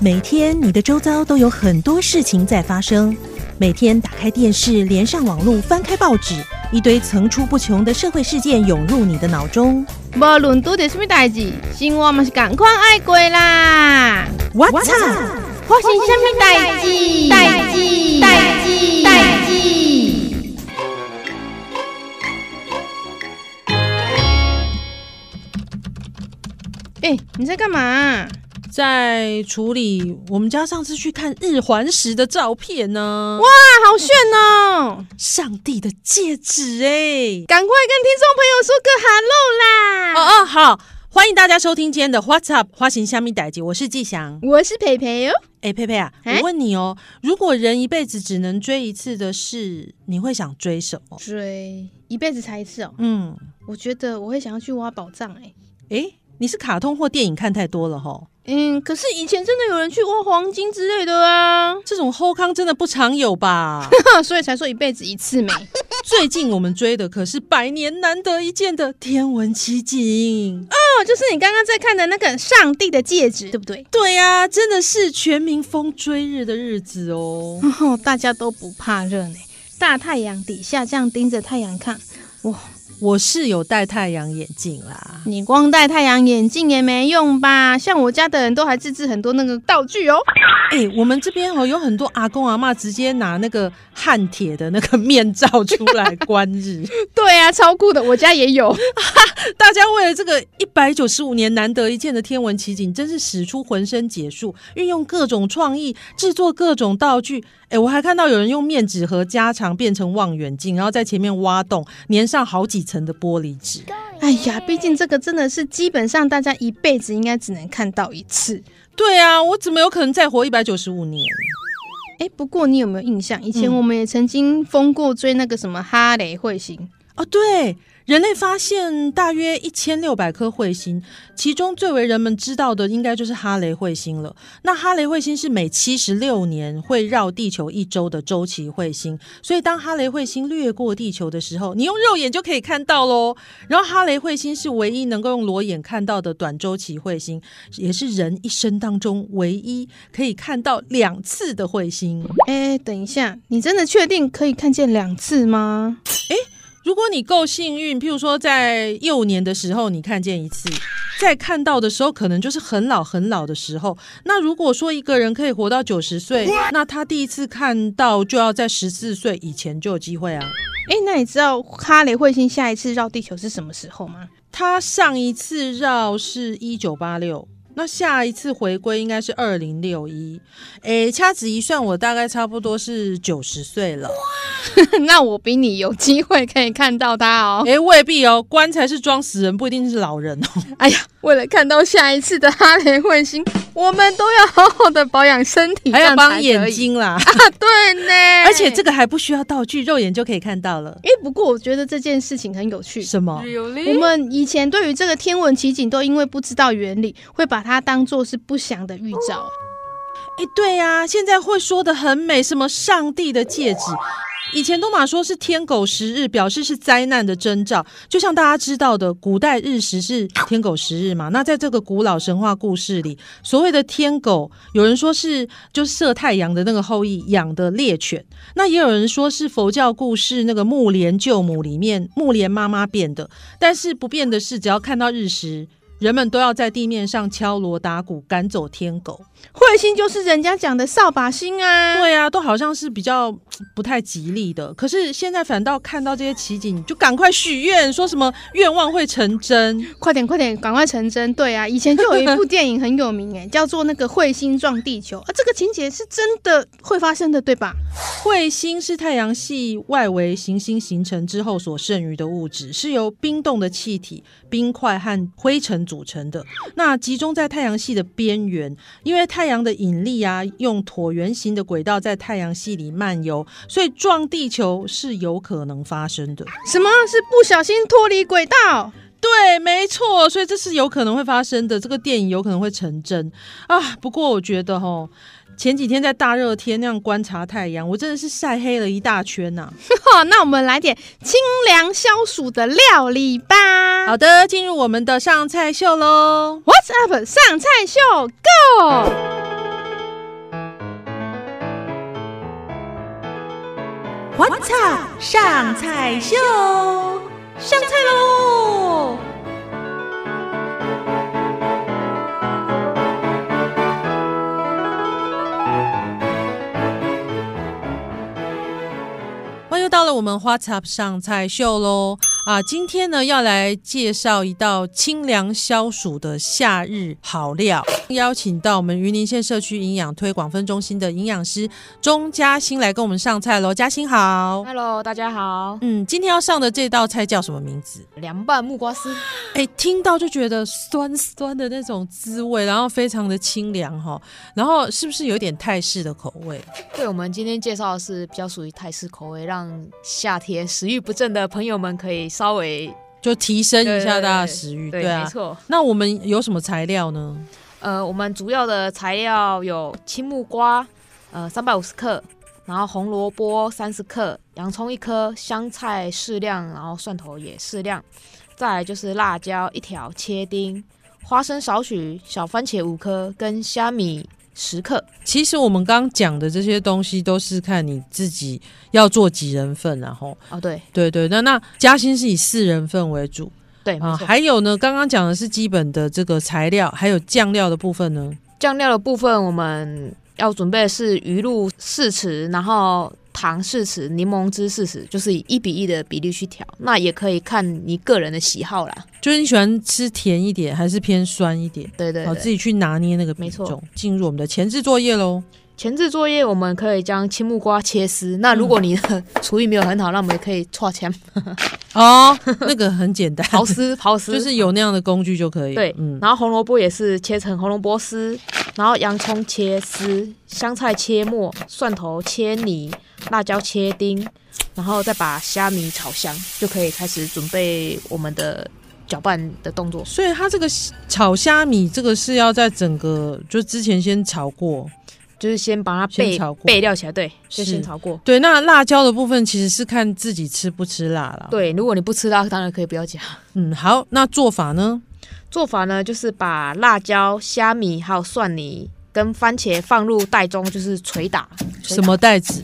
每天你的周遭都有很多事情在发生，每天打开电视，连上网络，翻开报纸，一堆层出不穷的社会事件涌入你的脑中。无论拄着什么代志，生活嘛是共款爱过啦。 What's up？发生什么代志？代志？代志？代志？哎、你在干嘛？啊在处理我们家上次去看日环食的照片呢。哇，啊，好炫哦！上帝的戒指哎、赶快跟听众朋友说个 hello 啦！哦哦，好，欢迎大家收听今天的 What's Up 花型虾米逮集，我是季翔。我是培培哦。哎、佩佩啊，哎我问你哦，如果人一辈子只能追一次的事，你会想追什么？追一辈子才一次哦，嗯，我觉得我会想要去挖宝藏哎、哎、你是卡通或电影看太多了吼，嗯，可是以前真的有人去挖黄金之类的啊， 这种后康真的不常有吧？ 所以才说一辈子一次 没。啊，最近我们追的可是百年难得一见的天文奇景。就是你刚刚在看的那个《上帝的戒指》，对不对？ 对呀、真的是全民疯追日的日子哦。哦，大家都不怕热呢，大太阳底下这样盯着太阳看，我是有戴太阳眼镜啦，你光戴太阳眼镜也没用吧？像我家的人都还自制很多那个道具哦。 哎、我们这边哦有很多阿公阿嬷直接拿那个焊铁的那个面罩出来观日，对啊，超酷的，我家也有。 大家为了这个一百九十五年难得一见的天文奇景，真是使出浑身解数，运用各种创意制作各种道具。哎、我还看到有人用面纸盒加长变成望远镜，然后在前面挖洞，粘上好几层的玻璃纸。哎呀，毕竟这个真的是基本上大家一辈子应该只能看到一次。对啊，我怎么有可能再活一百九十五年？哎，不过你有没有印象？以前嗯我们也曾经疯过追那个什么哈雷彗星，哦，对，人类发现大约一千六百颗彗星，其中最为人们知道的应该就是哈雷彗星了。那哈雷彗星是每七十六年会绕地球一周的周期彗星，所以当哈雷彗星掠过地球的时候，你用肉眼就可以看到喽。然后哈雷彗星是唯一能够用裸眼看到的短周期彗星，也是人一生当中唯一可以看到两次的彗星。哎，等一下，你真的确定可以看见两次吗？如果你够幸运，譬如说在幼年的时候你看见一次，再看到的时候可能就是很老很老的时候。那如果说一个人可以活到九十岁，那他第一次看到就要在十四岁以前就有机会啊。哎，那你知道哈雷彗星下一次绕地球是什么时候吗？ 他上一次绕是一九八六，那下一次回归应该是二零六一。诶，掐指一算，我大概差不多是九十岁了。那我比你有机会可以看到它哦。诶，未必哦，棺材是装死人，不一定是老人哦。 哎呀，为了看到下一次的哈雷彗星，我们都要好好的保养身体，还这要样才帮可眼以。睛啦。对呢，而且这个，个还不需要道具，肉眼就可以看到了。哎，不过我觉得这件事情很有趣。什么？我们以前对于这个天文奇景，都因为不知道原理，会把它当做是不祥的预兆。哎，对呀、现在会说的很美，什么上帝的戒指。以前都马说是天狗食日，表示是灾难的征兆。就像大家知道的，古代日食是天狗食日嘛。那在这个古老神话故事里，所谓的天狗，有人说是就是射太阳的那个后裔养的猎犬，那也有人说是佛教故事那个木莲救母里面木莲妈妈变的。但是不变的是，只要看到日食，人们都要在地面上敲锣打鼓赶走天狗。彗星就是人家讲的扫把星啊。对啊，都好像是比较不太吉利的。可是现在反倒看到这些奇景，就赶快许愿，说什么愿望会成真。快点，快点，赶快成真！对啊，以前就有一部电影很有名，哎， 叫做那个《彗星撞地球》啊，这个情节是真的会发生的，对吧？彗星是太阳系外围行星形成之后所剩余的物质，是由冰冻的气体、冰块和灰尘组成的。那集中在太阳系的边缘，因为太阳的引力啊，用椭圆形的轨道在太阳系里漫游，所以撞地球是有可能发生的。什么是不小心脱离轨道？ 对，没错，所以这是有可能会发生的，这个电影有可能会成真啊。不过我觉得哈，前几天在大热天那样观察太阳，我真的是晒黑了一大圈呐、哈，那我们来点清凉消暑的料理吧。好的，进入我们的上菜秀喽。 What's up？上菜秀，Go！我操！上菜秀，上菜喽！哇，又到了我们花茶上菜秀喽！啊，今天呢要来介绍一道清凉消暑的夏日好料，邀请到我们云林县社区营养推广分中心的营养师钟嘉欣来跟我们上菜喽。嘉欣好， Hello，大家好，嗯，今天要上的这道菜叫什么名字？凉拌木瓜丝，哎，听到就觉得酸酸的那种滋味，然后非常的清凉哈，然后是不是有点泰式的口味？对我们今天介绍的是比较属于泰式口味，让夏天食欲不振的朋友们可以稍微就提升一下对大家的食欲，对，对啊没。错。那我们有什么材料呢？呃，我们主要的材料有青木瓜，呃，三百五十克，然后红萝卜三十克，洋葱一颗，香菜适量，然后蒜头也适量，再来就是辣椒一条切丁，花生少许，小番茄五颗，跟虾米十克。其实我们刚刚讲的这些东西都是看你自己要做几人份、然后哦，对对对，那那嘉欣是以四人份为主对，没啊，错。还有呢，刚刚讲的是基本的这个材料，还有酱料的部分呢，酱料的部分，我们要准备的是鱼露四匙，然后糖四匙，柠檬汁四匙，就是以一比一的比例去调。那也可以看你个人的喜好啦。就是你喜欢吃甜一点还是偏酸一点，对对好、对。自己去拿捏那个比没错重。进入我们的前置作业喽。前置作业我们可以将青木瓜切丝。那如果你的 厨艺没有很好，那我们也可以搓 签哦，那个很简 单，刨丝，刨丝。就是有那样的工具就可以。对，嗯，然后红萝卜也是切成红萝卜丝，然后洋葱切丝，香菜切末，蒜头切泥，辣椒切丁，然后再把虾米炒香，就可以开始准备我们的搅拌的动作。所以它这个炒虾米，这个是要在整个就之前先炒过。就是先把它先备炒过备料起来，对，就是先炒过。对，那辣椒的部分其实是看自己吃不吃辣啦。，对，如果你不吃辣，当然可以不要加。嗯，好，那做法呢？做法呢，就是把辣椒、虾米还有蒜泥跟番茄放入袋中，就是捶打，捶什打么袋子？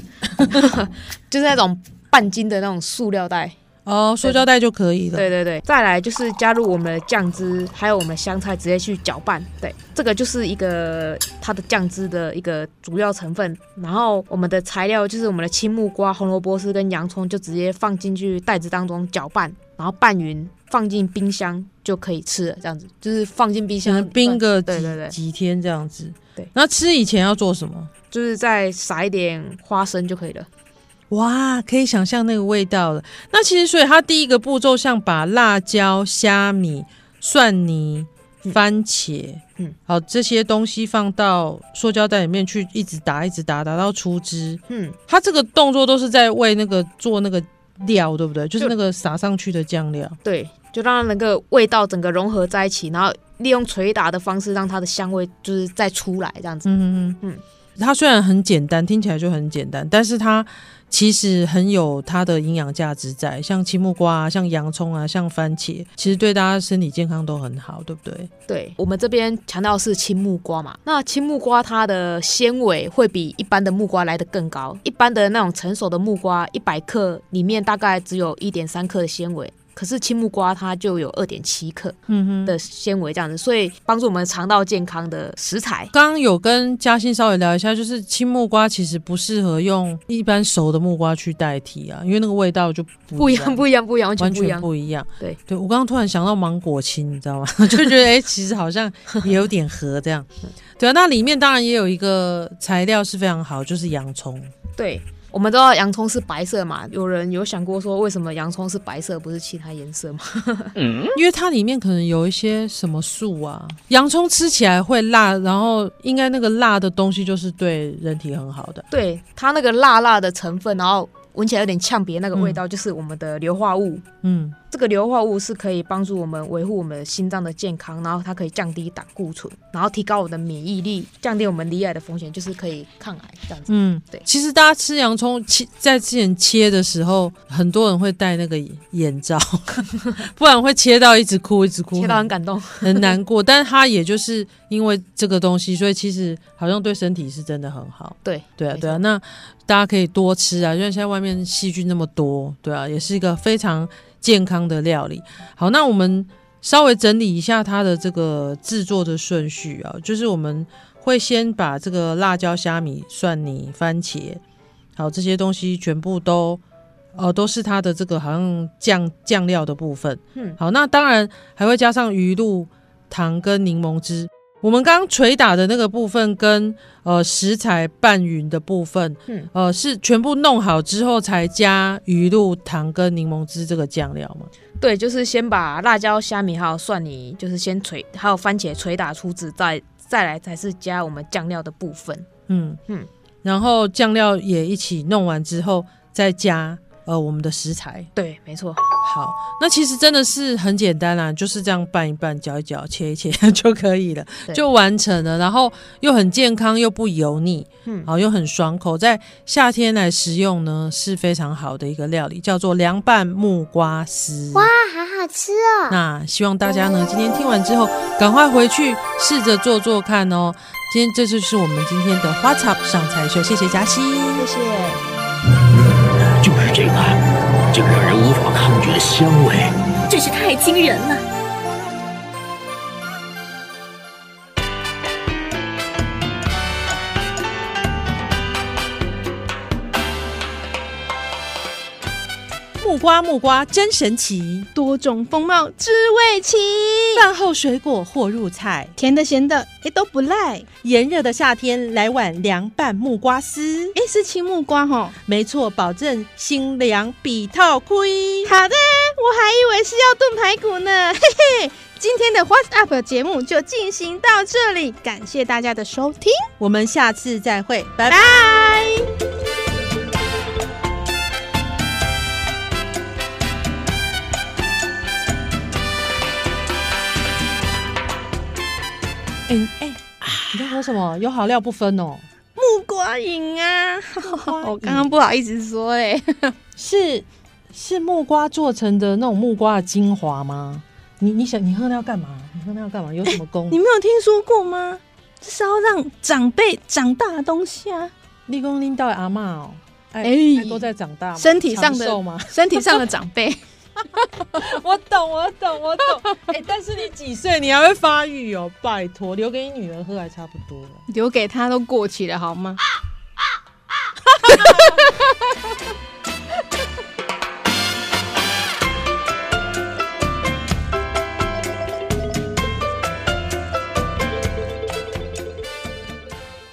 就是那种半斤的那种塑料袋。哦，塑胶袋就可以了。对对对，再来就是加入我们的酱汁，还有我们的香菜，直接去搅拌。对，这个就是一个它的酱汁的一个主要成分。然后我们的材料就是我们的青木瓜、红萝卜丝跟洋葱，就直接放进去袋子当中搅拌，然后拌匀，放进冰箱就可以吃了。这样子就是放进冰可箱能嗯冰，个几对对对几天这样子。对那吃以前要做什么？就是再撒一点花生就可以了。哇，可以想象那个味道了。那其实，所以它第一个步骤像把辣椒、虾米、蒜泥、嗯番茄，嗯嗯，好这些东西放到塑胶袋里面去，一直打，一直打，打到出汁。嗯，它这个动作都是在为那个做那个料，对不对？就是就那个撒上去的酱料。对，就让那个味道整个融合在一起，然后利用捶打的方式让它的香味就是再出来，这样子。嗯嗯嗯嗯，它虽然很简单，听起来就很简单，但是它其实很有它的营养价值在，像青木瓜啊，像洋葱啊，像番茄，其实对大家身体健康都很好，对不对？对我们这边强调的是青木瓜嘛，那青木瓜它的纤维会比一般的木瓜来得更高。一般的那种成熟的木瓜，一百克里面大概只有一点三克的纤维，可是青木瓜它就有二点七克嗯哼。的纤维这样子，所以帮助我们肠道健康的食材。刚刚有跟嘉欣稍微聊一下，就是青木瓜其实不适合用一般熟的木瓜去代替啊，因为那个味道就不一一样，不一样，不一样，完全完不一全样。不一样。对，对我刚刚突然想到芒果青，你知道吗？ 就觉得哎、诶其实好像也有点合 这样。嗯对啊，那里面当然也有一个材料是非常好，就是洋葱。对，我们知道洋葱是白色嘛，有人有想过说为什么洋葱是白色，不是其他颜色吗？因为它里面可能有一些什么素啊，洋葱吃起来会辣，然后应该那个辣的东西就是对人体很好的。对，它嗯那个辣辣的成分，然后闻起来有点呛鼻，那个味道就是我们的硫化物。嗯，这这个硫化物是可以帮助我们维护我们心脏的健康，然后它可以降低胆固醇，然后提高我的免疫力，降低我们罹癌的风险，就是可以抗癌这样子。嗯，对其实大家吃洋葱切在之前切的时候，很多人会戴那个眼罩， 不然会切到一直哭，一直哭，切到很感动，很难过。但是它也就是因为这个东西，所以其实好像对身体是真的很好。对对啊，没错对啊，那大家可以多吃啊，因为现在外面细菌那么多，对啊，也是一个非常健康的料理。好，那我们稍微整理一下它的这个制作的顺序啊，就是我们会先把这个辣椒、虾米、蒜泥、番茄，好这些东西全部都。呃，都是它的这个好像酱酱料的部分。嗯好，那当然还会加上鱼露、糖跟柠檬汁。我们刚刚捶打的那个部分跟呃食材拌匀的部分，嗯呃是全部弄好之后才加鱼露、糖跟柠檬汁这个酱料吗？对，就是先把辣椒、虾米还有蒜泥，就是先捶，还有番茄捶打出汁，再再来才是加我们酱料的部分。嗯嗯嗯，然后酱料也一起弄完之后再加呃我们的食材。对，没错，好，那其实真的是很简单啦、啊就是这样拌一拌、搅一搅、切一切 就可以了，对就完成了。然后又很健康，又不油腻，嗯好，又很爽口，在夏天来食用呢是非常好的一个料理，叫做凉拌木瓜丝。哇，好好吃哦！那希望大家呢今天听完之后，赶快回去试着做做看哦。今天这就是我们今天的花草上菜秀，谢谢嘉欣，谢谢。就是这个，这个让人无法抗拒的香味。真是太惊人了。木瓜木瓜真神奇，多种风貌知味情，饭后水果或入菜。甜的咸的也都不赖。炎热的夏天，来碗凉拌木瓜丝，哎，是青木瓜吼。没错，保证心凉比套亏。好的，我还以为是要炖排骨呢，嘿嘿。今天的 What's Up 节目就进行到这里，感谢大家的收听，我们下次再会，拜拜。拜。哎哎、你在说什么？有好料不分哦，木瓜饮啊，我刚刚不好意思说哎、是是木瓜做成的那种木瓜的精华吗？你你想你喝那要干嘛？你喝那要干嘛？有什么功你？没有听说过吗？这是要让长辈长大的东西啊，立功拎到阿嬷哦，哎、哎哎都在长大吗，身体上的长寿吗？身体上的长辈。 我懂，我懂，我懂。哎、但是你几岁？你还会发育哦？拜托，留给你女儿喝还差不多了。留给他都过期了好吗？